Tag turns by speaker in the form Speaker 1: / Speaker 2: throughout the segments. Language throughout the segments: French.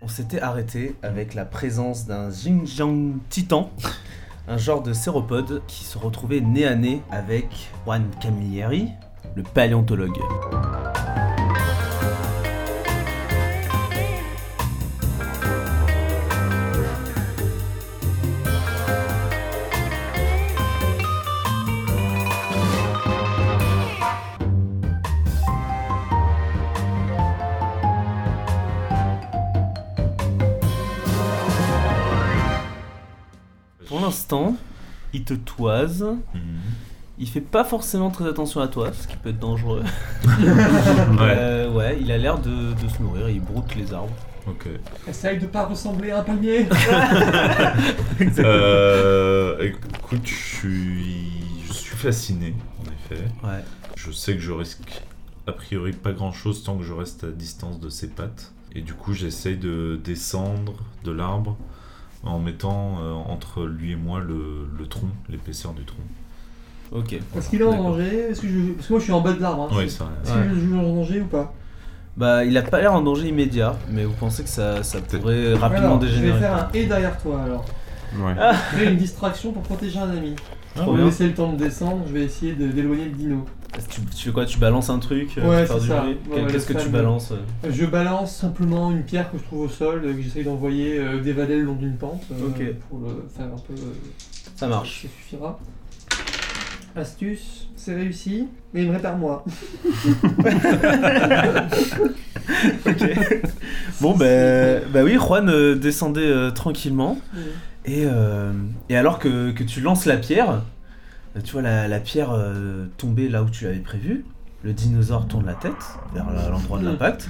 Speaker 1: On s'était arrêté avec la présence d'un Xinjiang titan, un genre de séropode qui se retrouvait nez à nez avec Juan Camilleri, le paléontologue. Pour l'instant, il te toise.
Speaker 2: Mhm.
Speaker 1: Il fait pas forcément très attention à toi, ce qui peut être dangereux. Euh, ouais, il a l'air de, de se nourrir, il broute les arbres.
Speaker 2: Ok.
Speaker 3: Essaye de pas ressembler à un palmier.
Speaker 2: Euh, écoute, je suis, je suis fasciné, en effet.
Speaker 1: Ouais.
Speaker 2: Je sais que je risque a priori pas grand chose tant que je reste à distance de ses pattes. Et du coup, j'essaye de descendre de l'arbre en mettant euh, entre lui et moi le, le tronc, l'épaisseur du tronc.
Speaker 1: Ok.
Speaker 3: Est-ce qu'il est en danger Est-ce que je- Parce que moi je suis en bas de l'arbre. hein.
Speaker 2: Ouais, ça.
Speaker 3: Est-ce
Speaker 1: Ouais.
Speaker 3: que je suis en danger ou pas
Speaker 1: Bah, il a pas l'air en danger immédiat, mais vous pensez que ça, ça pourrait rapidement
Speaker 3: Alors, Je
Speaker 1: dégénérer.
Speaker 3: vais faire un et derrière toi alors.
Speaker 4: Ouais.
Speaker 3: J'ai une distraction pour protéger un ami.
Speaker 1: Trop
Speaker 3: Pour lui
Speaker 1: bien.
Speaker 3: laisser le temps de descendre, je vais essayer de- d'éloigner le dino.
Speaker 1: Tu, tu fais quoi Tu balances un truc euh,
Speaker 3: Ouais,
Speaker 1: pour faire
Speaker 3: c'est
Speaker 1: du
Speaker 3: ça.
Speaker 1: bruit
Speaker 3: Ouais, ouais,
Speaker 1: Qu'est-ce que
Speaker 3: le
Speaker 1: tu
Speaker 3: fameux.
Speaker 1: balances euh
Speaker 3: Je balance simplement une pierre que je trouve au sol, euh, que j'essaye d'envoyer euh, d'évader le long d'une pente. euh,
Speaker 1: Ok.
Speaker 3: Pour le faire un peu. euh,
Speaker 1: Ça marche.
Speaker 3: Ça suffira. Astuce, c'est réussi, mais il me répare moi.
Speaker 1: Bon, bah, bah oui, Juan euh, descendait euh, tranquillement.
Speaker 3: Mm.
Speaker 1: Et, euh, et alors que, que tu lances la pierre, euh, tu vois la, la pierre euh, tomber là où tu l'avais prévu. Le dinosaure tourne la tête vers la- l'endroit de l'impact.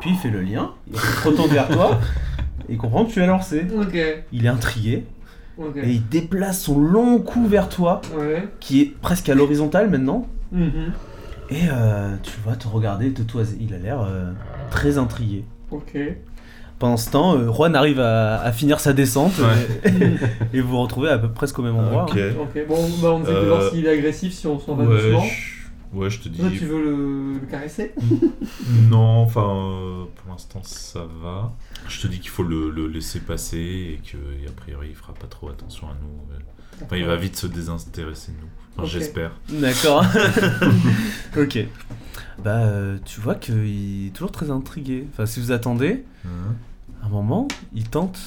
Speaker 1: Puis il fait le lien. Il se retourne vers toi. Et il comprend que tu as lancé.
Speaker 3: Ok,
Speaker 1: Il est intrigué.
Speaker 3: ok.
Speaker 1: Et il déplace son long cou vers toi,
Speaker 3: Ouais.
Speaker 1: qui est presque à l'horizontale maintenant.
Speaker 3: Mhm.
Speaker 1: Et euh, tu vois te regarder et te toiser. Il a l'air euh, très intrigué.
Speaker 3: Ok.
Speaker 1: Pendant ce temps, euh, Juan arrive à, à finir sa descente euh,
Speaker 2: Ouais.
Speaker 1: et, et vous vous retrouvez à peu presque au même endroit. hein.
Speaker 2: Ok.
Speaker 3: Mm. Ok, bon, bah on essaie de
Speaker 2: Euh,
Speaker 3: voir s'il est agressif, si on s'en va doucement.
Speaker 2: Ouais, je... ouais, je te dis.
Speaker 3: Toi, tu veux le, le caresser
Speaker 2: Non, enfin, euh, pour l'instant, ça va. Je te dis qu'il faut le, le laisser passer et que, et a priori, il fera pas trop attention à nous. euh. Enfin, il va vite se désintéresser de nous. Enfin,
Speaker 3: Ok.
Speaker 2: j'espère.
Speaker 1: D'accord. ok. Bah, euh, tu vois qu'il est toujours très intrigué. Enfin, si vous attendez,
Speaker 2: Hein
Speaker 1: à un moment, il tente,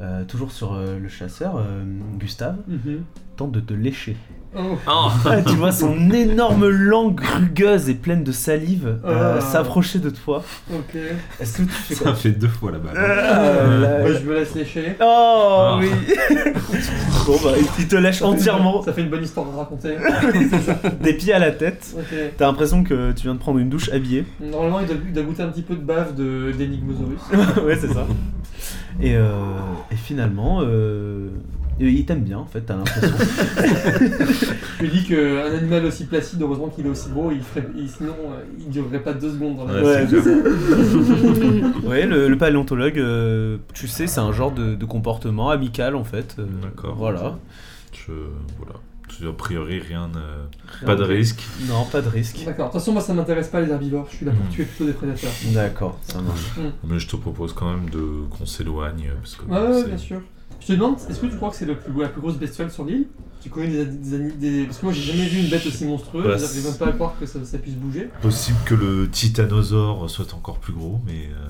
Speaker 1: euh, toujours sur euh, le chasseur, euh, Gustave,
Speaker 2: Mm-hmm.
Speaker 3: Mhm.
Speaker 1: tente de te lécher.
Speaker 3: Oh.
Speaker 1: Ah, tu vois son énorme langue rugueuse et pleine de salive euh,
Speaker 3: Ah.
Speaker 1: s'approcher de toi.
Speaker 3: Ok.
Speaker 1: Est-ce que tu fais
Speaker 2: Ça fait deux fois la balle.
Speaker 1: Euh,
Speaker 3: Bah,
Speaker 1: là-
Speaker 3: je me laisse lécher.
Speaker 1: Oh oui Bon bah il- il te lèche entièrement
Speaker 3: Ça fait une bonne histoire de raconter.
Speaker 1: des pieds à la tête.
Speaker 3: ok.
Speaker 1: T'as l'impression que tu viens de prendre une douche habillée.
Speaker 3: Normalement, il doit, il doit goûter un petit peu de bave de- d'Enigmosaurus.
Speaker 1: ouais c'est ça. Et, euh, et finalement, euh, il t'aime bien en fait, t'as l'impression.
Speaker 3: Je lui dis qu'un animal aussi placide, heureusement qu'il est aussi beau, il ferait, il- sinon euh, il durerait pas deux secondes dans la
Speaker 2: Ouais,
Speaker 1: Ouais,
Speaker 2: c'est clair.
Speaker 1: ouais, le, le paléontologue, euh, tu sais, c'est un genre de, de comportement amical en fait. euh,
Speaker 2: D'accord.
Speaker 1: Voilà.
Speaker 2: Je... Voilà. A priori, rien. euh, Pas de risque.
Speaker 1: Non, pas de risque.
Speaker 3: D'accord, de toute façon, moi ça m'intéresse pas les herbivores, je suis là pour
Speaker 2: Mm.
Speaker 3: tuer plutôt des prédateurs.
Speaker 1: D'accord, ça marche.
Speaker 2: Mais je te propose quand même de qu'on s'éloigne. Parce que
Speaker 3: Ouais, ouais,
Speaker 2: c'est-
Speaker 3: bien sûr. Je te demande, est-ce que tu crois que c'est le plus- la plus grosse bestiole sur l'île Tu connais des, des, ani- des- Parce que moi j'ai jamais vu une bête aussi monstrueuse,
Speaker 2: Bah,
Speaker 3: j'arrive même pas à croire que ça, ça puisse bouger.
Speaker 2: Possible que le titanosaure soit encore plus gros, mais. euh,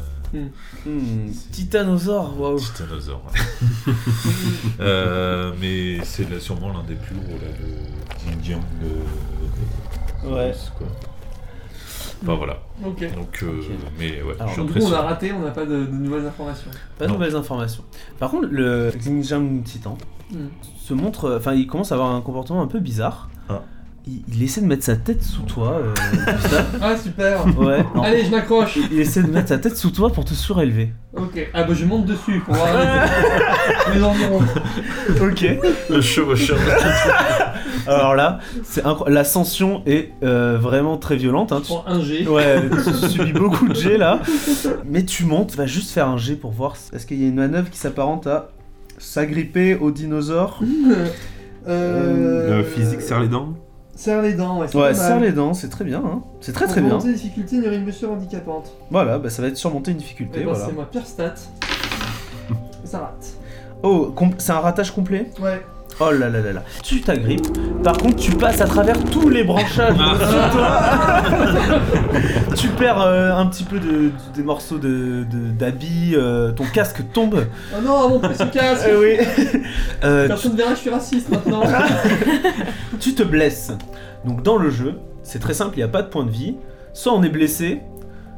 Speaker 1: Hmm, titanosaure, waouh.
Speaker 2: Titanosaure. Euh, mais c'est là sûrement l'un des plus gros là, de d'Indian. De...
Speaker 1: Ouais.
Speaker 2: Quoi. Enfin voilà.
Speaker 3: Ok.
Speaker 2: Donc,
Speaker 1: Ok.
Speaker 2: euh, mais ouais,
Speaker 1: Alors,
Speaker 2: je suis
Speaker 3: Donc, du coup, on
Speaker 2: impressionné.
Speaker 3: a raté, on n'a pas de, de nouvelles informations.
Speaker 1: Pas de
Speaker 2: Non.
Speaker 1: nouvelles informations. Par contre, le Xinjiang Titan
Speaker 3: Mm.
Speaker 1: se montre. euh, Enfin, il commence à avoir un comportement un peu bizarre.
Speaker 2: Ah.
Speaker 1: Il, il essaie de mettre sa tête sous toi. euh, Gustave.
Speaker 3: Ah, super
Speaker 1: ouais. non.
Speaker 3: Allez, je m'accroche
Speaker 1: Il essaie de mettre sa tête sous toi pour te surélever.
Speaker 3: Ok. Ah, bah je monte dessus pour voir les- les environs.
Speaker 1: Ok.
Speaker 2: Le chevaucheur.
Speaker 1: Alors là, c'est incro- l'ascension est euh, vraiment très violente. hein. Tu-
Speaker 3: Pour un G.
Speaker 1: Ouais, tu subis beaucoup de jets là. Mais tu montes, va juste faire un jet pour voir. si- Est-ce qu'il y a une manœuvre qui s'apparente à s'agripper au dinosaure
Speaker 3: Euh,
Speaker 4: Euh, physique serre les dents
Speaker 3: Serre les dents, ouais, c'est
Speaker 1: Ouais,
Speaker 3: pas
Speaker 1: serre
Speaker 3: mal.
Speaker 1: les dents, c'est très bien. hein. C'est très
Speaker 3: Pour
Speaker 1: très bien.
Speaker 3: remonter les difficultés, il y aurait une blessure handicapante.
Speaker 1: Voilà, bah, ça va être surmonter une
Speaker 3: Eh
Speaker 1: difficulté.
Speaker 3: ben,
Speaker 1: voilà.
Speaker 3: c'est ma pire stat. Ça rate.
Speaker 1: Oh, com- c'est un ratage complet
Speaker 3: Ouais.
Speaker 1: Oh là là là là. Tu t'agrippes. Par contre, tu passes à travers tous les branchages au-dessus de toi. tu perds euh, un petit peu de, de- des morceaux de- de- d'habits. euh, ton casque tombe.
Speaker 3: Oh non, mon petit casque
Speaker 1: Euh, oui. Euh,
Speaker 3: Eh Personne verra que je suis raciste maintenant.
Speaker 1: tu te blesses. Donc dans le jeu, c'est très simple, il n'y a pas de point de vie. Soit on est blessé,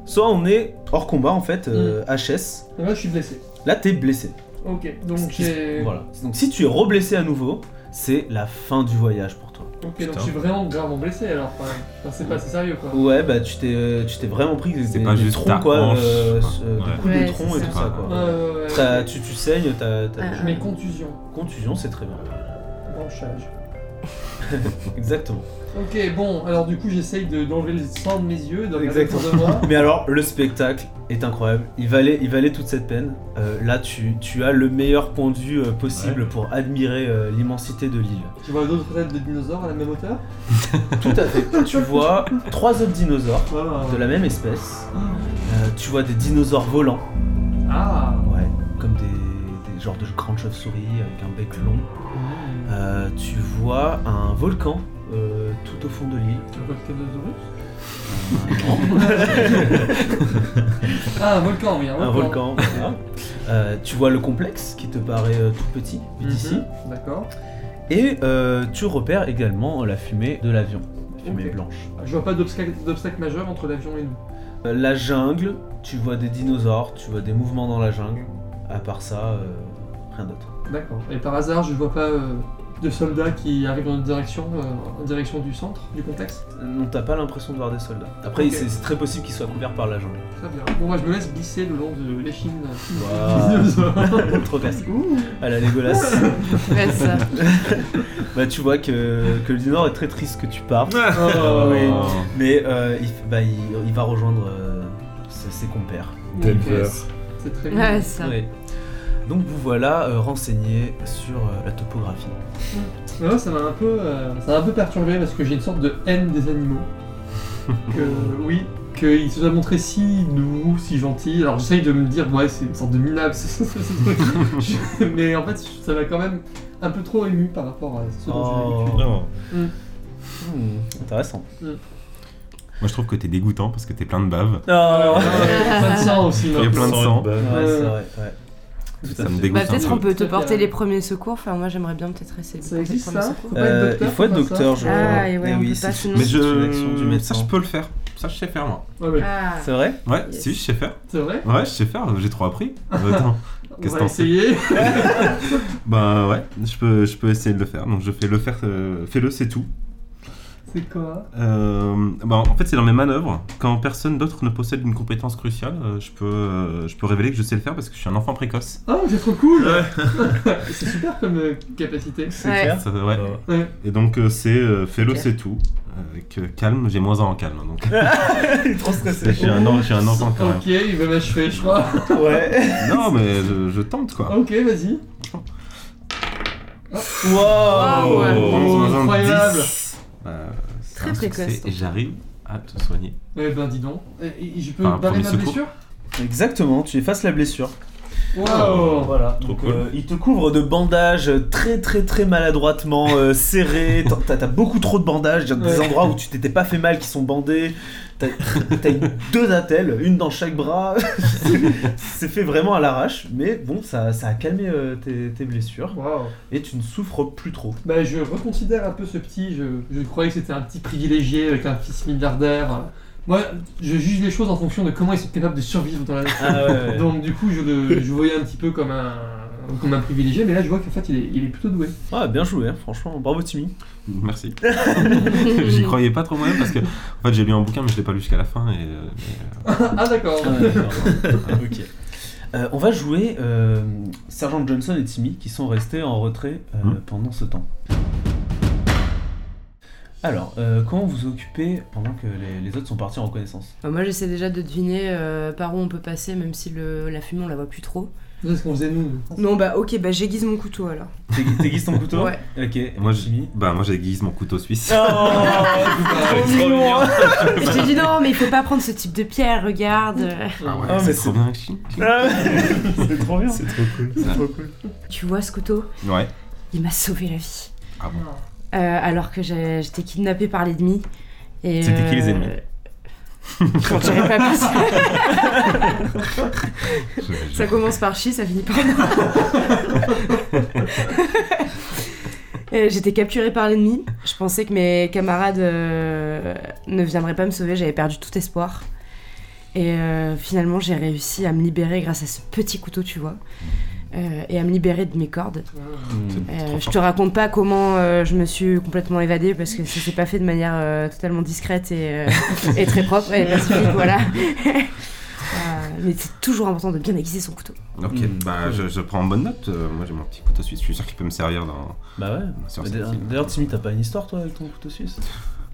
Speaker 1: soit on est hors combat en fait, euh, HS.
Speaker 3: Et Là, je suis blessé.
Speaker 1: Là t'es blessé.
Speaker 3: Ok, donc j'ai.
Speaker 1: Voilà. Donc si tu es reblessé à nouveau, c'est la fin du voyage pour toi.
Speaker 3: Ok, donc
Speaker 5: Putain.
Speaker 3: je suis vraiment gravement blessé alors quand même. Enfin, c'est pas, c'est sérieux quoi.
Speaker 1: Ouais bah tu t'es tu t'es vraiment pris des,
Speaker 5: pas
Speaker 1: des
Speaker 5: juste ta
Speaker 1: troncs quoi,
Speaker 5: hanche,
Speaker 1: euh,
Speaker 5: quoi.
Speaker 1: euh, des
Speaker 5: Ouais.
Speaker 1: coups
Speaker 6: Ouais,
Speaker 1: de tronc
Speaker 6: c'est
Speaker 1: et tout
Speaker 5: ça.
Speaker 1: ça quoi.
Speaker 3: Ouais, ouais, Euh, ouais.
Speaker 1: Ça, tu, tu saignes, t'as t'as
Speaker 6: Ah,
Speaker 1: des
Speaker 6: ah.
Speaker 3: Mes contusions,
Speaker 1: contusions, c'est très bien.
Speaker 3: branchage.
Speaker 1: Exactement.
Speaker 3: Ok, bon, alors du coup, j'essaye de- d'enlever le sang de mes yeux, de regarder
Speaker 1: Exactement.
Speaker 3: autour de moi.
Speaker 1: Mais alors, le spectacle est incroyable. Il valait, il valait toute cette peine. Euh, là, tu, tu as le meilleur point de vue euh, possible pour admirer euh, l'immensité de l'île.
Speaker 3: Tu vois d'autres têtes de dinosaures à la même hauteur
Speaker 1: Tout à fait. tu vois trois autres dinosaures
Speaker 3: Voilà.
Speaker 1: de la même espèce. Euh, tu vois des dinosaures volants.
Speaker 3: Ah
Speaker 1: Ouais, comme des, des genres de grandes chauves-souris avec un bec long.
Speaker 3: Hmm,
Speaker 1: Euh, tu vois un volcan euh, tout au fond de l'île.
Speaker 3: Un volcanosaurus Ah, un volcan, oui, un volcan.
Speaker 1: Un volcan. voilà. Euh, tu vois le complexe qui te paraît euh, tout petit, vu d'ici.
Speaker 3: Mhm, D'accord.
Speaker 1: Et euh, tu repères également la fumée de l'avion, la fumée
Speaker 3: Ok.
Speaker 1: blanche.
Speaker 3: Je vois pas d'obstacle d'obstacle majeur entre l'avion et nous.
Speaker 1: Euh, La jungle, tu vois des dinosaures, tu vois des mouvements dans la jungle. À part ça, euh, rien d'autre.
Speaker 3: D'accord. Et par hasard, je vois pas euh, de soldats qui arrivent dans notre direction, euh, en direction du centre, du complexe
Speaker 1: Non, t'as Euh, pas l'impression de voir des soldats. Après,
Speaker 3: Ok.
Speaker 1: c'est c'est très possible qu'ils soient couverts par la jungle.
Speaker 3: Très bien. Bon, moi, je me laisse glisser le long de l'échine. des
Speaker 1: Waouh.
Speaker 3: dinosaures.
Speaker 1: Trop classe.
Speaker 3: Ouh.
Speaker 1: À la Legolas.
Speaker 6: Ouais, ça.
Speaker 1: bah, tu vois que, que le dinosaure est très triste que tu pars.
Speaker 3: Oh,
Speaker 1: Ah oui.
Speaker 2: Ah,
Speaker 1: Mais euh, il, f- bah, il, il va rejoindre euh, ses, ses compères.
Speaker 5: Denver.
Speaker 3: Ok, C'est très bien.
Speaker 6: Ouais, ça.
Speaker 1: Ouais. Donc vous voilà euh, renseigné sur euh, la topographie.
Speaker 3: Mais ouais, ça m'a un peu, euh, ça m'a un peu perturbé parce que j'ai une sorte de haine des animaux. que oui, qu'il se soit montré si doux, si gentil. Alors j'essaye de me dire ouais, c'est une sorte de minable, ce- ce- ce- ce truc. Je- Mais en fait, ça m'a quand même un peu trop ému par rapport à ce dont j'ai
Speaker 1: Oh.
Speaker 5: Non.
Speaker 1: Hmm, intéressant.
Speaker 2: Moi, je trouve que t'es dégoûtant parce que t'es plein de bave.
Speaker 1: Non,
Speaker 3: vécu. Ah, Ouais, plein de sang aussi.
Speaker 2: Il y a plein de
Speaker 5: Sans
Speaker 2: sang.
Speaker 5: une bave.
Speaker 1: Ouais, c'est
Speaker 3: Euh,
Speaker 1: vrai, ouais. Tout à
Speaker 2: Ça me
Speaker 1: fait.
Speaker 2: dégoûte
Speaker 6: Bah,
Speaker 2: un
Speaker 6: peut-être on
Speaker 2: peu.
Speaker 6: peut te
Speaker 3: Tout à fait,
Speaker 6: porter
Speaker 3: ouais.
Speaker 6: les premiers secours. Enfin, moi, j'aimerais bien peut-être essayer de
Speaker 3: Ça
Speaker 6: porter les
Speaker 3: existe
Speaker 6: premiers
Speaker 3: ça
Speaker 6: secours.
Speaker 3: Faut pas être
Speaker 1: Euh,
Speaker 3: docteur
Speaker 1: il faut être
Speaker 3: pour faire ça
Speaker 1: docteur, je crois.
Speaker 6: Ah, et ouais,
Speaker 1: Eh
Speaker 6: on
Speaker 1: oui,
Speaker 6: peut
Speaker 1: c'est-
Speaker 6: pas, sinon-
Speaker 2: Mais
Speaker 1: c'est une action du
Speaker 2: je...
Speaker 1: médecin.
Speaker 2: Ça, je peux le faire. Ça, je sais faire, moi.
Speaker 3: Ouais, ouais.
Speaker 6: Ah.
Speaker 1: C'est vrai
Speaker 2: Ouais,
Speaker 6: Yes.
Speaker 2: si, je sais faire.
Speaker 3: C'est vrai.
Speaker 2: Ouais, je sais faire. J'ai trop appris. Euh, Attends.
Speaker 3: On
Speaker 2: Qu'est-ce
Speaker 3: va
Speaker 2: t'en sais
Speaker 3: essayer.
Speaker 2: Bah ouais, je peux, je peux essayer de le faire. Donc je fais le faire, euh, fais-le, c'est tout.
Speaker 3: C'est quoi
Speaker 2: Euh, bah, en fait, c'est dans mes manœuvres. Quand personne d'autre ne possède une compétence cruciale, euh, je peux, euh, je peux révéler que je sais le faire parce que je suis un enfant précoce.
Speaker 3: Oh, c'est trop cool. c'est super comme euh, capacité.
Speaker 1: C'est
Speaker 6: Ouais.
Speaker 1: clair
Speaker 2: Ça, ouais.
Speaker 1: Ouais.
Speaker 3: Ouais.
Speaker 2: Et donc euh, c'est euh, fais-le,
Speaker 6: Ok.
Speaker 2: c'est tout. Avec euh, calme, j'ai moins un en calme. hein, Donc
Speaker 1: Il est trop
Speaker 2: je suis un, an- je suis un enfant quand même.
Speaker 3: Ok, il veut m'achever, je crois.
Speaker 1: Ouais.
Speaker 2: Non, mais je, je tente
Speaker 6: Oh,
Speaker 2: quoi.
Speaker 3: Ok, vas-y.
Speaker 1: Wow
Speaker 6: Waouh. ouais.
Speaker 2: Moins un,
Speaker 3: incroyable.
Speaker 2: dix. Euh, c'est
Speaker 6: Très
Speaker 2: un
Speaker 6: précoce,
Speaker 2: succès.
Speaker 6: ton
Speaker 2: Et j'arrive à te soigner.
Speaker 3: Eh ben dis donc, Et- et je peux
Speaker 2: Par
Speaker 3: barrer
Speaker 2: premier
Speaker 3: ma
Speaker 2: secours.
Speaker 3: blessure
Speaker 1: Exactement, tu effaces la blessure.
Speaker 3: Waouh
Speaker 1: Voilà.
Speaker 5: Trop
Speaker 1: Donc,
Speaker 5: cool.
Speaker 1: euh, il te couvre de bandages très très très maladroitement euh, serrés. T'en- T'as t'as beaucoup trop de bandages, Il y a des
Speaker 3: Ouais.
Speaker 1: endroits où tu t'étais pas fait mal qui sont bandés. T'as t'as une- deux attelles, une dans chaque bras. C'est- C'est fait vraiment à l'arrache, mais bon, ça, ça a calmé euh, tes, tes blessures
Speaker 3: Waouh
Speaker 1: et tu ne souffres plus trop.
Speaker 3: Bah je reconsidère un peu ce petit, je, je croyais que c'était un petit privilégié avec un fils milliardaire. Moi, je juge les choses en fonction de comment ils sont capables de survivre dans la nature.
Speaker 1: Ah ouais.
Speaker 3: Donc du coup, je le je voyais un petit peu comme un, comme un privilégié, mais là je vois qu'en fait il est, il est plutôt doué.
Speaker 1: Ouais, bien joué, hein, franchement, bravo Timmy.
Speaker 2: Merci. J'y croyais pas trop moi-même parce que en fait j'ai lu un bouquin mais je l'ai pas lu jusqu'à la fin et euh,
Speaker 3: Ah d'accord
Speaker 1: ok. Euh, on va jouer euh, Sergent Johnson et Timmy qui sont restés en retrait euh,
Speaker 2: Hmm.
Speaker 1: pendant ce temps. Alors, euh, comment vous occupez pendant que les, les autres sont partis en reconnaissance
Speaker 6: Bah, moi, j'essaie déjà de deviner euh, par où on peut passer, même si le, la fumée, on la voit plus trop.
Speaker 3: C'est ce qu'on faisait nous.
Speaker 6: Non, bah ok, bah j'aiguise mon couteau alors.
Speaker 1: T'aiguises- T'aiguises ton couteau
Speaker 6: Ouais.
Speaker 1: Ok.
Speaker 2: Moi, je-
Speaker 1: Jimmy.
Speaker 2: Bah, moi j'aiguise mon couteau suisse.
Speaker 1: Oh,
Speaker 6: Trop mignon Je t'ai dit non, mais il faut pas prendre ce type de pierre, regarde.
Speaker 2: Ah ouais,
Speaker 1: Ah, mais
Speaker 2: c'est
Speaker 1: c'est-
Speaker 2: trop bien.
Speaker 1: hein. c'est trop bien.
Speaker 2: C'est trop cool.
Speaker 1: C'est trop cool.
Speaker 6: Tu vois ce couteau
Speaker 2: Ouais.
Speaker 6: Il m'a sauvé la vie.
Speaker 2: Ah bon.
Speaker 6: Euh, alors que j'ai- j'étais kidnappée par l'ennemi. et,
Speaker 2: C'était qui, les ennemis
Speaker 6: J'en dirai pas plus.
Speaker 2: Je-
Speaker 6: ça commence par chi, ça finit par non. Euh, J'étais capturée par l'ennemi. Je pensais que mes camarades euh, ne viendraient pas me sauver. J'avais perdu tout espoir. Et euh, finalement, j'ai réussi à me libérer grâce à ce petit couteau, tu vois, euh, et à me libérer de mes cordes.
Speaker 1: Hmm.
Speaker 6: Euh, je te raconte pas comment euh, je me suis complètement évadée parce que ça s'est pas fait de manière euh, totalement discrète et, euh, et très propre et pacifique, voilà. Euh, mais c'est toujours important de bien aiguiser son couteau.
Speaker 2: Ok,
Speaker 1: Mm.
Speaker 2: bah je, je prends en bonne note. Euh, moi j'ai mon petit couteau suisse, je suis sûr qu'il peut me servir dans.
Speaker 1: Bah ouais.
Speaker 2: sur
Speaker 1: Mais
Speaker 2: cette
Speaker 1: D'ailleurs,
Speaker 2: île.
Speaker 1: d'ailleurs, Timmy, t'as pas une histoire toi avec ton couteau suisse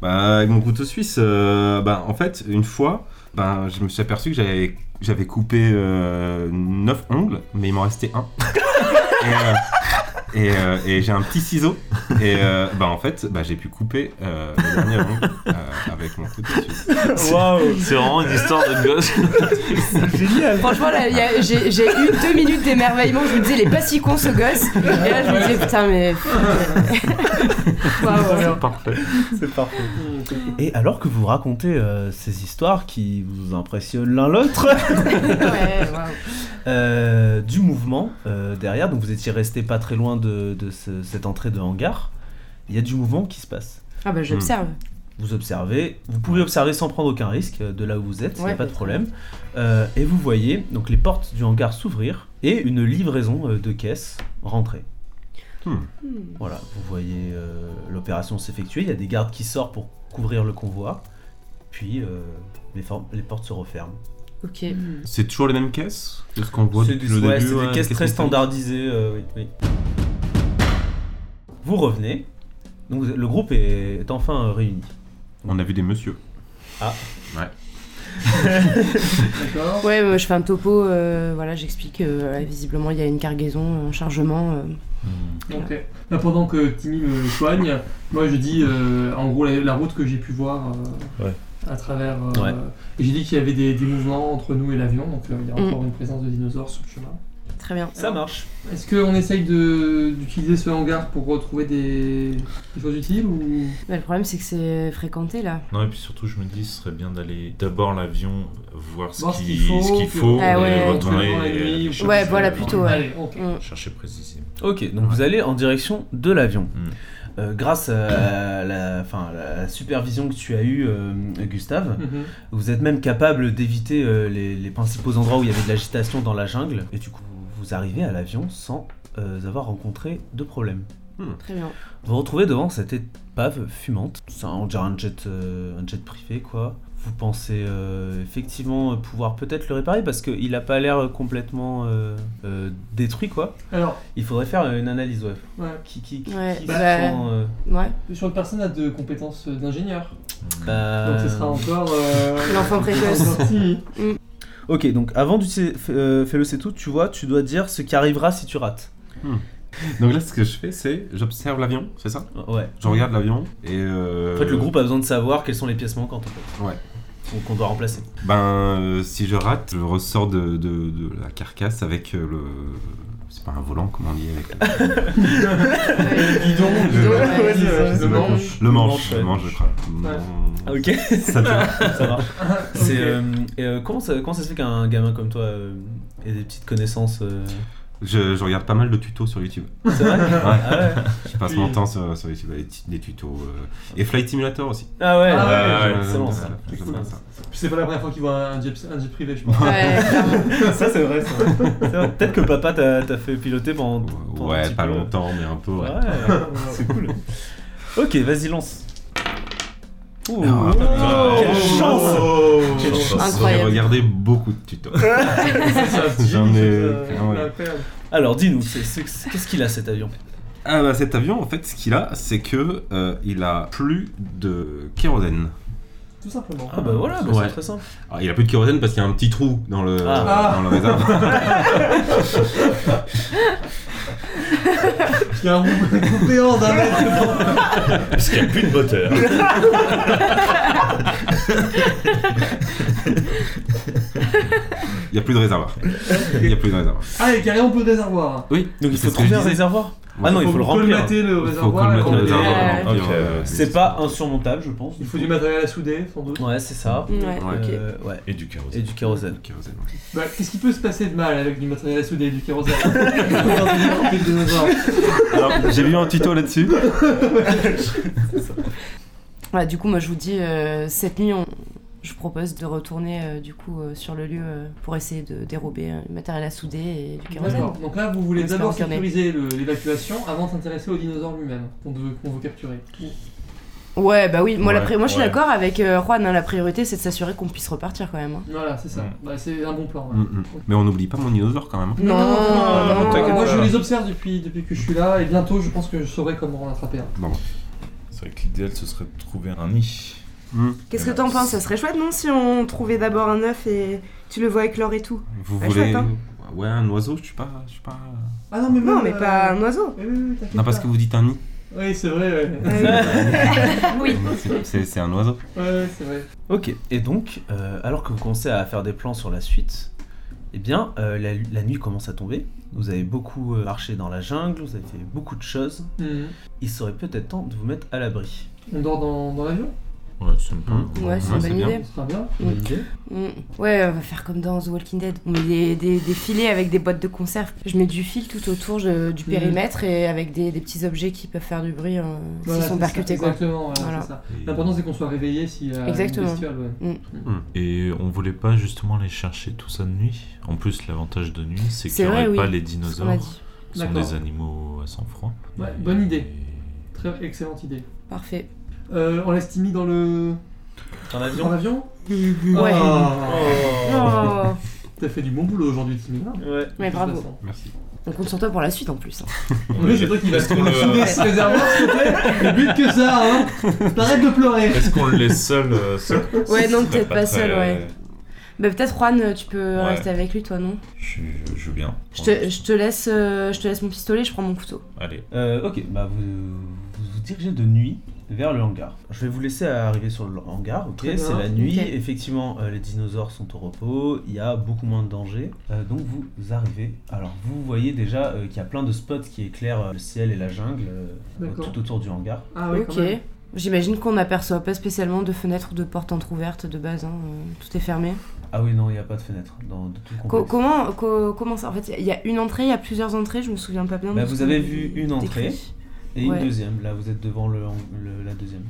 Speaker 2: Bah, avec mon couteau suisse, euh, bah, en fait, une fois, bah, je me suis aperçu que j'avais, j'avais coupé 9 ongles, mais il m'en restait un. et euh, et, euh, et j'ai un petit ciseau. Et euh, bah, en fait, bah, j'ai pu couper euh, le dernier ongle euh, avec mon couteau suisse.
Speaker 1: Waouh
Speaker 7: C'est vraiment une histoire de gosse.
Speaker 1: Génial
Speaker 6: Franchement, là, il y a- j'ai j'ai eu deux minutes d'émerveillement. Je me disais, il est pas si con ce gosse. Et là, je me disais, putain, mais. Waouh.
Speaker 7: Parfait.
Speaker 1: C'est Ah, parfait. Et alors que vous racontez euh, ces histoires qui vous impressionnent l'un l'autre
Speaker 6: Ouais, waouh.
Speaker 1: euh, du mouvement euh, derrière, donc vous étiez resté pas très loin de, de ce- cette entrée de hangar, il y a du mouvement qui se passe.
Speaker 6: Ah bah, j'observe.
Speaker 1: Vous observez, vous pouvez observer sans prendre aucun risque euh, de là où vous êtes, il n'y a
Speaker 6: Ouais,
Speaker 1: pas de
Speaker 6: bah,
Speaker 1: problème. Euh, et vous voyez donc les portes du hangar s'ouvrir et une livraison euh, de caisses rentrer.
Speaker 6: Hmm.
Speaker 1: Voilà, vous voyez euh, l'opération s'effectuer, il y a des gardes qui sortent pour couvrir le convoi, puis euh, les, for- les portes se referment.
Speaker 6: Ok.
Speaker 2: C'est toujours les mêmes caisses de ce qu'on voit
Speaker 1: C'est
Speaker 2: depuis
Speaker 1: des,
Speaker 2: le
Speaker 1: ouais,
Speaker 2: début
Speaker 1: c'est des
Speaker 2: ouais,
Speaker 1: caisses très
Speaker 2: métalliques.
Speaker 1: standardisées. euh, oui, oui. Vous revenez. Donc, vous- le groupe est, est enfin euh, réuni.
Speaker 2: On a vu des messieurs.
Speaker 3: D'accord.
Speaker 6: Ouais, euh, je fais un topo, euh, voilà, j'explique. euh, ouais, visiblement, il y a une cargaison, un chargement. euh.
Speaker 3: Ok. Là, pendant que Timmy me soigne, moi je dis euh, en gros la, la route que j'ai pu voir euh,
Speaker 1: Ouais.
Speaker 3: à travers. euh,
Speaker 1: Ouais.
Speaker 3: et J'ai dit qu'il y avait des, des mouvements entre nous et l'avion, donc euh, il y a
Speaker 6: Mm.
Speaker 3: encore une présence de dinosaures sur le chemin.
Speaker 6: Très bien.
Speaker 1: Ça marche.
Speaker 3: Est-ce qu'on essaye de- d'utiliser ce hangar pour retrouver des, des choses utiles ou
Speaker 6: Bah, le problème, c'est que c'est fréquenté là.
Speaker 5: Non, et puis surtout, je me dis, ce serait bien d'aller d'abord l'avion, voir ce
Speaker 3: Voir ce
Speaker 5: qu'il
Speaker 3: qu'il faut,
Speaker 5: ce qu'il
Speaker 3: puis
Speaker 5: faut,
Speaker 6: rentrer
Speaker 5: et
Speaker 2: euh,
Speaker 6: dans la
Speaker 5: retourner.
Speaker 3: nuit,
Speaker 5: et
Speaker 3: ou-
Speaker 5: chercher-
Speaker 6: Ouais, voilà, plutôt, ouais.
Speaker 3: Allez, ok.
Speaker 6: Mm.
Speaker 5: Chercher précisément.
Speaker 1: Ok, donc vous allez en direction de l'avion.
Speaker 2: Hmm.
Speaker 5: Mm.
Speaker 1: Euh, grâce à la, enfin, la supervision que tu as eue, euh, Gustave,
Speaker 3: Mhm.
Speaker 1: vous êtes même capable d'éviter euh, les, les principaux endroits où il y avait de l'agitation dans la jungle. Et du coup, vous arrivez à l'avion sans euh, avoir rencontré de problème.
Speaker 6: Très bien.
Speaker 1: Vous vous retrouvez devant cette épave fumante. C'est un, on dirait un jet, euh, un jet privé, quoi. Vous pensez euh, effectivement pouvoir peut-être le réparer parce qu'il n'a pas l'air complètement euh, euh, détruit, quoi.
Speaker 3: Alors,
Speaker 1: Il faudrait faire euh, une analyse, ouais.
Speaker 3: ouais.
Speaker 1: Qui, qui, qui,
Speaker 6: Ouais,
Speaker 1: qui
Speaker 6: bah-
Speaker 1: sent, euh,
Speaker 6: Ouais.
Speaker 3: sur une personne a de compétences d'ingénieur,
Speaker 1: bah,
Speaker 3: donc ce sera encore euh,
Speaker 6: L'enfant précoce.
Speaker 3: sorti.
Speaker 1: Ok, donc avant d'utiliser euh, fais-le c'est tout, tu vois, tu dois dire ce qui arrivera si tu rates.
Speaker 2: Donc là, ce que je fais, c'est j'observe l'avion, c'est ça
Speaker 1: Ouais.
Speaker 2: Je regarde l'avion et. euh,
Speaker 1: En fait, le groupe a besoin de savoir quelles sont les pièces manquantes, en fait.
Speaker 2: Ouais.
Speaker 1: Qu'on- Qu'on doit remplacer.
Speaker 2: Ben, euh, si je rate, je ressors de, de- de la carcasse avec euh, le. C'est pas un volant, comment on dit avec le...
Speaker 6: Ouais.
Speaker 3: Guidon, guidon,
Speaker 6: Le guidon,
Speaker 3: ouais,
Speaker 6: ouais,
Speaker 3: c'est
Speaker 1: c'est
Speaker 3: ça,
Speaker 1: ça.
Speaker 3: c'est bon.
Speaker 2: Le manche,
Speaker 1: Le
Speaker 2: le
Speaker 1: manche,
Speaker 2: manche, je crois. Mon-
Speaker 1: Ah, Ok,
Speaker 2: Ça tient.
Speaker 1: ça marche. C'est,
Speaker 3: Ok.
Speaker 1: euh, et, euh, comment, ça, comment ça se fait qu'un gamin comme toi euh, ait des petites connaissances euh,
Speaker 2: je, je regarde pas mal de tutos sur YouTube.
Speaker 1: C'est vrai Ah ouais
Speaker 2: Je passe mon temps sur, sur YouTube avec des tutos. euh, Et Flight Simulator aussi. Euh,
Speaker 1: Ah ouais,
Speaker 3: Ah
Speaker 5: ouais,
Speaker 1: c'est bon ça.
Speaker 2: ça.
Speaker 1: C'est
Speaker 2: j'aime
Speaker 1: cool.
Speaker 2: bien ça.
Speaker 3: Puis c'est pas la première fois qu'il voit un jet, un jet privé, je pense.
Speaker 6: Ouais, clairement.
Speaker 1: Ça c'est vrai, ça. C'est vrai. Peut-être que papa t'a t'a fait piloter pendant. pendant un
Speaker 2: Ouais,
Speaker 1: petit
Speaker 2: pas
Speaker 1: peu.
Speaker 2: longtemps, mais un peu.
Speaker 1: Ouais,
Speaker 2: Ouais.
Speaker 1: c'est cool. Ok, vas-y, lance. Ouh, Oh,
Speaker 2: Ah, Oh.
Speaker 1: quelle chance
Speaker 5: Quelle chance.
Speaker 2: J'ai
Speaker 6: Incroyable.
Speaker 2: regardé beaucoup de tutos.
Speaker 3: J'en
Speaker 2: J'en ai- Ah ouais.
Speaker 1: Alors dis-nous, c'est- c'est- qu'est-ce qu'il a cet avion
Speaker 2: Ah bah cet avion, en fait, ce qu'il a, c'est que euh, il a plus de kérosène.
Speaker 3: tout simplement.
Speaker 1: Ah bah voilà, bah,
Speaker 2: Ouais.
Speaker 1: c'est très simple.
Speaker 2: Alors, il a plus de kérosène parce qu'il y a un petit trou dans le,
Speaker 1: Ah.
Speaker 2: dans le raisin.
Speaker 3: Il y a un roux coupéant d'un mètre dedans.
Speaker 5: Parce qu'il n'y a plus de moteur.
Speaker 2: Il n'y a plus de réservoir. Il n'y a plus de réservoir.
Speaker 3: Ah, et carrément peu de réservoir.
Speaker 2: Oui,
Speaker 1: Donc il faut trouver un réservoir. Ah non, il faut le remplir.
Speaker 3: colmater le réservoir.
Speaker 2: colmater le
Speaker 3: et-
Speaker 2: réservoir.
Speaker 5: Ok,
Speaker 2: Remplir, euh,
Speaker 1: C'est pas insurmontable, je pense.
Speaker 3: Il faut du matériel à souder, sans doute.
Speaker 1: Ouais, c'est ça.
Speaker 6: Ouais, ok.
Speaker 1: Euh, ouais.
Speaker 5: Et du carrosse.
Speaker 1: Et du kérosène.
Speaker 2: Kérosène.
Speaker 3: Bah, Qu'est-ce qui peut se passer de mal avec du matériel à souder et du kérosène Quand on dit le dinosaure.
Speaker 2: Alors, j'ai vu un tuto là-dessus.
Speaker 6: Voilà, du coup, moi, je vous dis, euh, cette nuit, on- je vous propose de retourner euh, du coup euh, sur le lieu euh, pour essayer de dérober euh, du matériel à souder et du kérosène.
Speaker 3: D'accord. Donc là, vous voulez
Speaker 6: On espère
Speaker 3: d'abord
Speaker 6: incarner.
Speaker 3: sécuriser le- l'évacuation avant de s'intéresser au dinosaure lui-même qu'on veut, qu'on veut capturer.
Speaker 6: Ouais, bah oui, moi, la
Speaker 5: Ouais,
Speaker 6: pri- moi je suis
Speaker 5: ouais.
Speaker 6: d'accord avec euh, Juan, hein, la priorité, c'est de s'assurer qu'on puisse repartir quand même. hein.
Speaker 3: Voilà, c'est ça.
Speaker 5: Mm.
Speaker 3: Bah, c'est un bon plan. ouais.
Speaker 2: Mm, mm. Mais on n'oublie pas mon dinosaure quand même.
Speaker 6: Non, non,
Speaker 2: non, t'inquiète
Speaker 3: moi je
Speaker 2: pas.
Speaker 3: les observe depuis, depuis que je suis là et bientôt je pense que je saurai comment en attraper un.
Speaker 5: C'est vrai que l'idéal, ce serait de trouver un nid.
Speaker 2: Mm.
Speaker 6: Qu'est-ce que t'en penses Ça serait chouette, non Si on trouvait d'abord un œuf et tu le vois éclore et tout.
Speaker 2: Vous
Speaker 6: Ouais,
Speaker 2: voulez.
Speaker 6: chouette, hein.
Speaker 2: Ouais, un oiseau, je suis pas. Je suis pas...
Speaker 3: Ah non, mais
Speaker 6: Non,
Speaker 3: même,
Speaker 6: mais
Speaker 3: euh,
Speaker 6: pas un oiseau.
Speaker 3: Oui, oui, oui, t'inquiète
Speaker 2: Non, parce
Speaker 3: pas.
Speaker 2: que vous dites un nid.
Speaker 3: Oui, c'est vrai, ouais.
Speaker 6: Euh, oui.
Speaker 2: C'est- C'est c'est un oiseau.
Speaker 3: Ouais, ouais, c'est vrai.
Speaker 1: Ok, et donc, euh, alors que vous commencez à faire des plans sur la suite, eh bien, euh, la, la nuit commence à tomber. Vous avez beaucoup euh, marché dans la jungle, vous avez fait beaucoup de choses.
Speaker 3: Mhm.
Speaker 1: Il serait peut-être temps de vous mettre à l'abri.
Speaker 3: On dort dans, dans l'avion
Speaker 5: Ouais, ça me
Speaker 2: Mm.
Speaker 5: paraît-
Speaker 6: Hein Ouais, c'est
Speaker 2: Ouais,
Speaker 6: une
Speaker 2: c'est
Speaker 6: bonne
Speaker 2: bien.
Speaker 6: idée.
Speaker 3: C'est pas bien.
Speaker 6: Oui.
Speaker 1: Bonne idée.
Speaker 6: Mm. Ouais, on va faire comme dans The Walking Dead. On met des, des- des filets avec des boîtes de conserve. Je mets du fil tout autour je- du périmètre et avec des, des petits objets qui peuvent faire du bruit hein,
Speaker 3: Voilà,
Speaker 6: s'ils sont
Speaker 3: c'est ça,
Speaker 6: percutés. Quoi.
Speaker 3: Exactement, voilà,
Speaker 6: Voilà.
Speaker 3: c'est ça.
Speaker 5: Et-
Speaker 3: L'important c'est qu'on soit réveillé s'il y a
Speaker 6: Exactement.
Speaker 3: une bestiole. ouais.
Speaker 5: Et on voulait pas justement les chercher tout ça de nuit. En plus, l'avantage de nuit, c'est
Speaker 6: C'est
Speaker 5: qu'il n'y
Speaker 6: vrai,
Speaker 5: aurait
Speaker 6: oui.
Speaker 5: pas les
Speaker 6: ce qu'on a
Speaker 5: dinosaures,
Speaker 6: dit.
Speaker 5: qui sont
Speaker 3: D'accord.
Speaker 5: des animaux à sang froid.
Speaker 3: Ouais,
Speaker 5: Et-
Speaker 3: bonne idée.
Speaker 5: et-
Speaker 3: Très excellente idée.
Speaker 6: Parfait.
Speaker 3: Euh, on laisse Timmy dans le
Speaker 1: Dans
Speaker 3: dans
Speaker 1: l'avion
Speaker 3: l'avion
Speaker 6: Ouais.
Speaker 3: Ah,
Speaker 6: Oh.
Speaker 3: T'as fait du bon boulot aujourd'hui Timmy. hein, de
Speaker 1: Ouais.
Speaker 6: Mais
Speaker 3: toute
Speaker 6: bravo.
Speaker 3: façon.
Speaker 2: Merci.
Speaker 6: On compte sur toi pour la suite en plus. hein.
Speaker 3: Oui, c'est toi qui vas
Speaker 5: Est-ce qu'on le-
Speaker 3: souder ce réservoir, s'il te plaît. Plus que ça, hein. T'arrêtes de pleurer.
Speaker 5: Est-ce qu'on le laisse seul euh, seul
Speaker 6: Ouais, non,
Speaker 5: Ce serait
Speaker 6: peut-être pas
Speaker 5: très- euh,
Speaker 6: seul, ouais. Bah, peut-être Juan, tu peux
Speaker 5: Ouais.
Speaker 6: rester avec lui, toi, non
Speaker 5: Je, suis- je veux bien.
Speaker 6: je te, je te laisse, euh, je te laisse mon pistolet, je prends mon couteau.
Speaker 5: Allez.
Speaker 1: Euh, ok, bah vous, vous vous dirigez de nuit vers le hangar. Je vais vous laisser arriver sur le hangar, ok
Speaker 3: Très bien.
Speaker 1: C'est la nuit,
Speaker 6: Ok.
Speaker 1: effectivement euh, les dinosaures sont au repos, il y a beaucoup moins de danger. Euh, donc vous arrivez. Alors vous voyez déjà euh, qu'il y a plein de spots qui éclairent euh, le ciel et la jungle euh,
Speaker 3: D'accord.
Speaker 1: tout autour du hangar.
Speaker 3: Ah ouais, quand
Speaker 6: ok.
Speaker 3: même.
Speaker 6: J'imagine qu'on n'aperçoit pas spécialement de fenêtres ou de portes entrouvertes de base. hein, euh, Tout est fermé.
Speaker 1: Ah oui, non, il n'y a pas de fenêtre dans de tout le
Speaker 6: Co-
Speaker 1: complexe.
Speaker 6: comment, co- comment ça En fait, il y a une entrée, il y a plusieurs entrées, je me souviens pas bien. de
Speaker 1: Bah,
Speaker 6: ce
Speaker 1: vous
Speaker 6: qu'on
Speaker 1: avez vu une
Speaker 6: décrit.
Speaker 1: entrée. et une
Speaker 6: ouais.
Speaker 1: deuxième, là vous êtes devant le, le- la deuxième.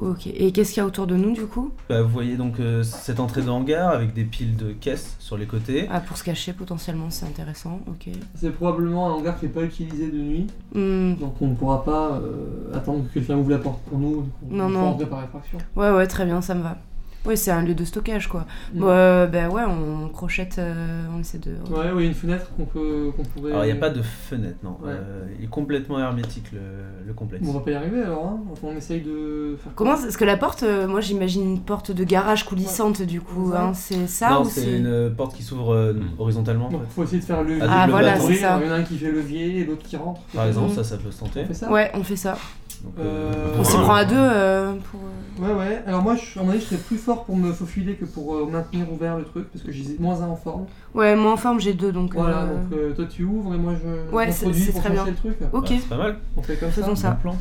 Speaker 6: Ok, et qu'est-ce qu'il y a autour de nous du coup
Speaker 1: Bah, vous voyez donc euh, cette entrée de hangar avec des piles de caisses sur les côtés.
Speaker 6: Ah, pour se cacher potentiellement, c'est intéressant, ok.
Speaker 3: C'est probablement un hangar qui n'est pas utilisé de nuit,
Speaker 6: Hmm,
Speaker 3: donc on ne pourra pas euh, attendre que quelqu'un ouvre la porte pour nous. donc on-
Speaker 6: Non,
Speaker 3: on
Speaker 6: non.
Speaker 3: peut rentrer par effraction.
Speaker 6: Ouais, ouais, très bien, ça me va. Oui, c'est un lieu de stockage quoi.
Speaker 3: Mm.
Speaker 6: Bah, euh, bah ouais, on crochette, euh, on essaie de.
Speaker 3: Ouais, ouais, une fenêtre qu'on peut, qu'on pourrait.
Speaker 1: Alors, il n'y a pas de fenêtre, non.
Speaker 3: Ouais.
Speaker 1: Euh, il est complètement hermétique, le, le complexe.
Speaker 3: On va pas y arriver alors. Hein. Enfin, on essaye de faire.
Speaker 6: Comment Parce que la porte, euh, moi j'imagine une porte de garage coulissante du coup,
Speaker 3: Ouais.
Speaker 6: hein, c'est ça
Speaker 1: non,
Speaker 6: ou
Speaker 1: c'est
Speaker 6: c'est.
Speaker 1: une euh, porte qui s'ouvre euh,
Speaker 5: Mm.
Speaker 1: horizontalement.
Speaker 3: Donc faut essayer de faire levier.
Speaker 1: Ah, Ah, double voilà, bâton.
Speaker 6: c'est ça.
Speaker 3: Il y en a un qui fait levier et l'autre qui rentre.
Speaker 1: Par exemple,
Speaker 6: Mm.
Speaker 1: ça, ça peut se tenter.
Speaker 3: On fait ça
Speaker 6: Ouais, on fait ça.
Speaker 1: Donc,
Speaker 3: Euh,
Speaker 6: On s'y
Speaker 5: Ouais.
Speaker 6: prend à deux euh, pour. euh,
Speaker 3: Ouais, ouais. Alors moi, je, à mon avis, je serais plus fort pour me faufiler que pour euh, maintenir ouvert le truc, parce que j'ai moins un en forme.
Speaker 6: Ouais, moi en forme j'ai deux donc.
Speaker 3: Voilà,
Speaker 6: euh,
Speaker 3: donc euh, toi tu ouvres et moi je.
Speaker 6: Ouais,
Speaker 3: j'introduis
Speaker 6: c'est- c'est
Speaker 3: pour
Speaker 6: très
Speaker 3: changer
Speaker 6: bien.
Speaker 3: le truc.
Speaker 6: Ok,
Speaker 1: bah, c'est pas mal.
Speaker 3: On fait comme ça.
Speaker 6: faisons ça.
Speaker 1: Bon plan.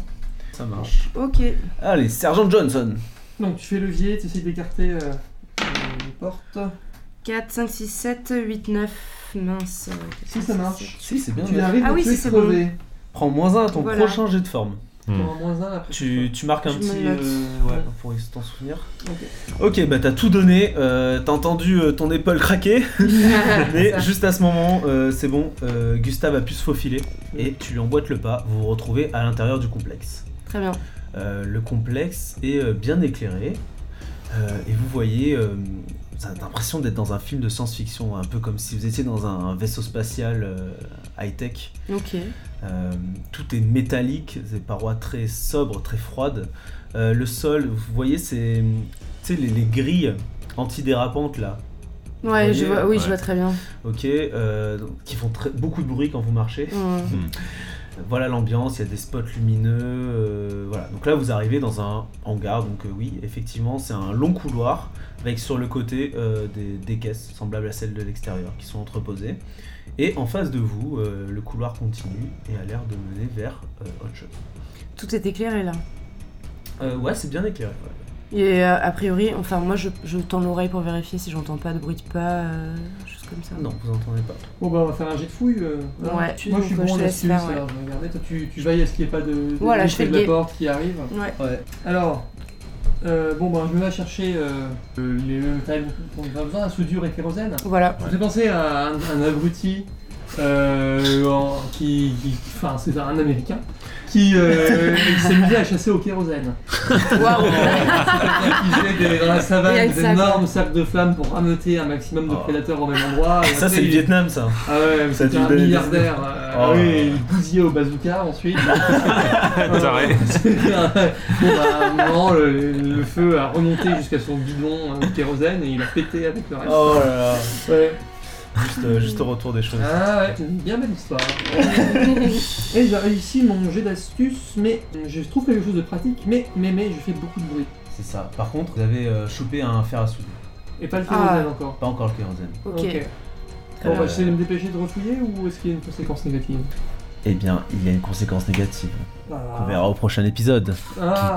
Speaker 1: Ça marche.
Speaker 6: Ok.
Speaker 1: Allez, Sergent Johnson.
Speaker 3: Donc tu fais levier, tu essayes d'écarter euh, euh, les portes.
Speaker 1: Ah
Speaker 6: 4, 5, 6, 7, 8, 9. Mince.
Speaker 3: Si ça marche,
Speaker 1: Si, c'est bien.
Speaker 3: tu
Speaker 1: ouais.
Speaker 3: arrives
Speaker 6: Ah
Speaker 3: à
Speaker 6: oui,
Speaker 3: te
Speaker 6: si,
Speaker 3: faire
Speaker 6: c'est bon.
Speaker 3: crever.
Speaker 1: Prends moins 1 à ton
Speaker 6: Voilà.
Speaker 1: prochain jet de forme.
Speaker 5: Hmm.
Speaker 3: T'auras moins un après.
Speaker 1: Tu, tu marques un
Speaker 6: Je me
Speaker 1: petit.
Speaker 6: note.
Speaker 1: euh, ouais, pour t'en souvenir.
Speaker 3: Ok.
Speaker 1: Ok, bah t'as tout donné. euh, t'as entendu euh, ton épaule craquer. Mais juste à ce moment, euh, c'est bon. euh, Gustave a pu se faufiler. Et tu lui emboîtes le pas. Vous vous retrouvez à l'intérieur du complexe.
Speaker 6: Très bien.
Speaker 1: Euh, le complexe est euh, bien éclairé euh, et vous voyez, euh, ça a l'impression d'être dans un film de science-fiction, un peu comme si vous étiez dans un vaisseau spatial euh, high-tech.
Speaker 6: Ok.
Speaker 1: Euh, tout est métallique, des parois très sobres, très froides. Euh, le sol, vous voyez, c'est sais, les, les grilles antidérapantes là,
Speaker 6: Ouais, je
Speaker 1: voyez,
Speaker 6: vois, oui, je
Speaker 5: ouais.
Speaker 6: vois très bien.
Speaker 1: ok, euh, donc, qui font très- beaucoup de bruit quand vous marchez.
Speaker 6: Ouais.
Speaker 1: Voilà l'ambiance, il y a des spots lumineux, euh, voilà. Donc là, vous arrivez dans un hangar, donc euh, oui, effectivement, c'est un long couloir avec sur le côté euh, des, des caisses semblables à celles de l'extérieur qui sont entreposées. Et en face de vous, euh, le couloir continue et a l'air de mener vers euh, autre chose.
Speaker 6: Tout est éclairé là.
Speaker 1: Euh, ouais, c'est bien éclairé. ouais.
Speaker 6: Et euh, a priori, enfin moi je, je tends l'oreille pour vérifier si j'entends pas de bruit de pas, euh, choses comme ça.
Speaker 1: Ah Non, vous entendez pas.
Speaker 3: Bon bah on va faire un jet de fouille. euh, voilà.
Speaker 6: Ouais, tu-
Speaker 3: Moi je suis
Speaker 6: donc,
Speaker 3: bon
Speaker 6: je
Speaker 3: en
Speaker 6: te laisse
Speaker 3: astuce,
Speaker 6: faire, ouais.
Speaker 3: alors je vais regarder. Toi tu, tu veilles à ce qu'il n'y ait pas de, de
Speaker 6: Voilà,
Speaker 3: de-
Speaker 6: je fais
Speaker 3: de
Speaker 6: le
Speaker 3: la
Speaker 6: guet.
Speaker 3: porte qui arrive.
Speaker 6: Ouais.
Speaker 3: Ouais. Alors, euh, bon bah je vais aller chercher euh, euh, les matériels dont on a besoin, la soudure et le kérosène.
Speaker 6: Voilà.
Speaker 5: Ouais.
Speaker 3: Vous avez pensé à un, un abruti euh, en- qui, qui- Enfin, c'est un un américain qui, euh, qui s'amusait à chasser au kérosène.
Speaker 6: Waouh.
Speaker 3: Il faisait des- dans la
Speaker 6: Il y a
Speaker 3: savane
Speaker 6: une
Speaker 3: des
Speaker 6: savane.
Speaker 3: énormes sacs de flammes pour rameuter un maximum de
Speaker 1: Oh.
Speaker 3: prédateurs au même endroit. Et
Speaker 1: Ça,
Speaker 3: après,
Speaker 1: c'est le
Speaker 3: il-
Speaker 1: Vietnam, ça.
Speaker 3: Ah ouais, mais
Speaker 1: Ça a
Speaker 3: c'était
Speaker 1: dû
Speaker 3: un
Speaker 1: donner des
Speaker 3: milliardaire. euh,
Speaker 1: Oh.
Speaker 3: ah oui, il bousillait au bazooka ensuite.
Speaker 2: Taré.
Speaker 3: C'était un- bon, bah, à un moment, le, le feu a remonté jusqu'à son bidon euh, de kérosène et il a pété avec le reste.
Speaker 1: Oh là là.
Speaker 3: Ah, Ouais.
Speaker 1: Juste, euh, juste au retour des choses.
Speaker 3: Ah ouais, une bien belle histoire. et j'ai réussi mon jet d'astuce, mais je trouve quelque chose de pratique, mais mais mais je fais beaucoup de bruit.
Speaker 1: C'est ça. Par contre, vous avez euh, chopé un fer à souder.
Speaker 3: Et pas le
Speaker 6: Ah.
Speaker 3: kérosène encore.
Speaker 1: Pas encore le kérosène.
Speaker 6: ok.
Speaker 3: Bon, bah,
Speaker 1: Euh.
Speaker 3: j'essaie de me dépêcher de refouiller ou est-ce qu'il y a une conséquence négative
Speaker 1: Eh bien, il y a une conséquence négative.
Speaker 3: ah.
Speaker 1: au prochain épisode.
Speaker 3: Ah.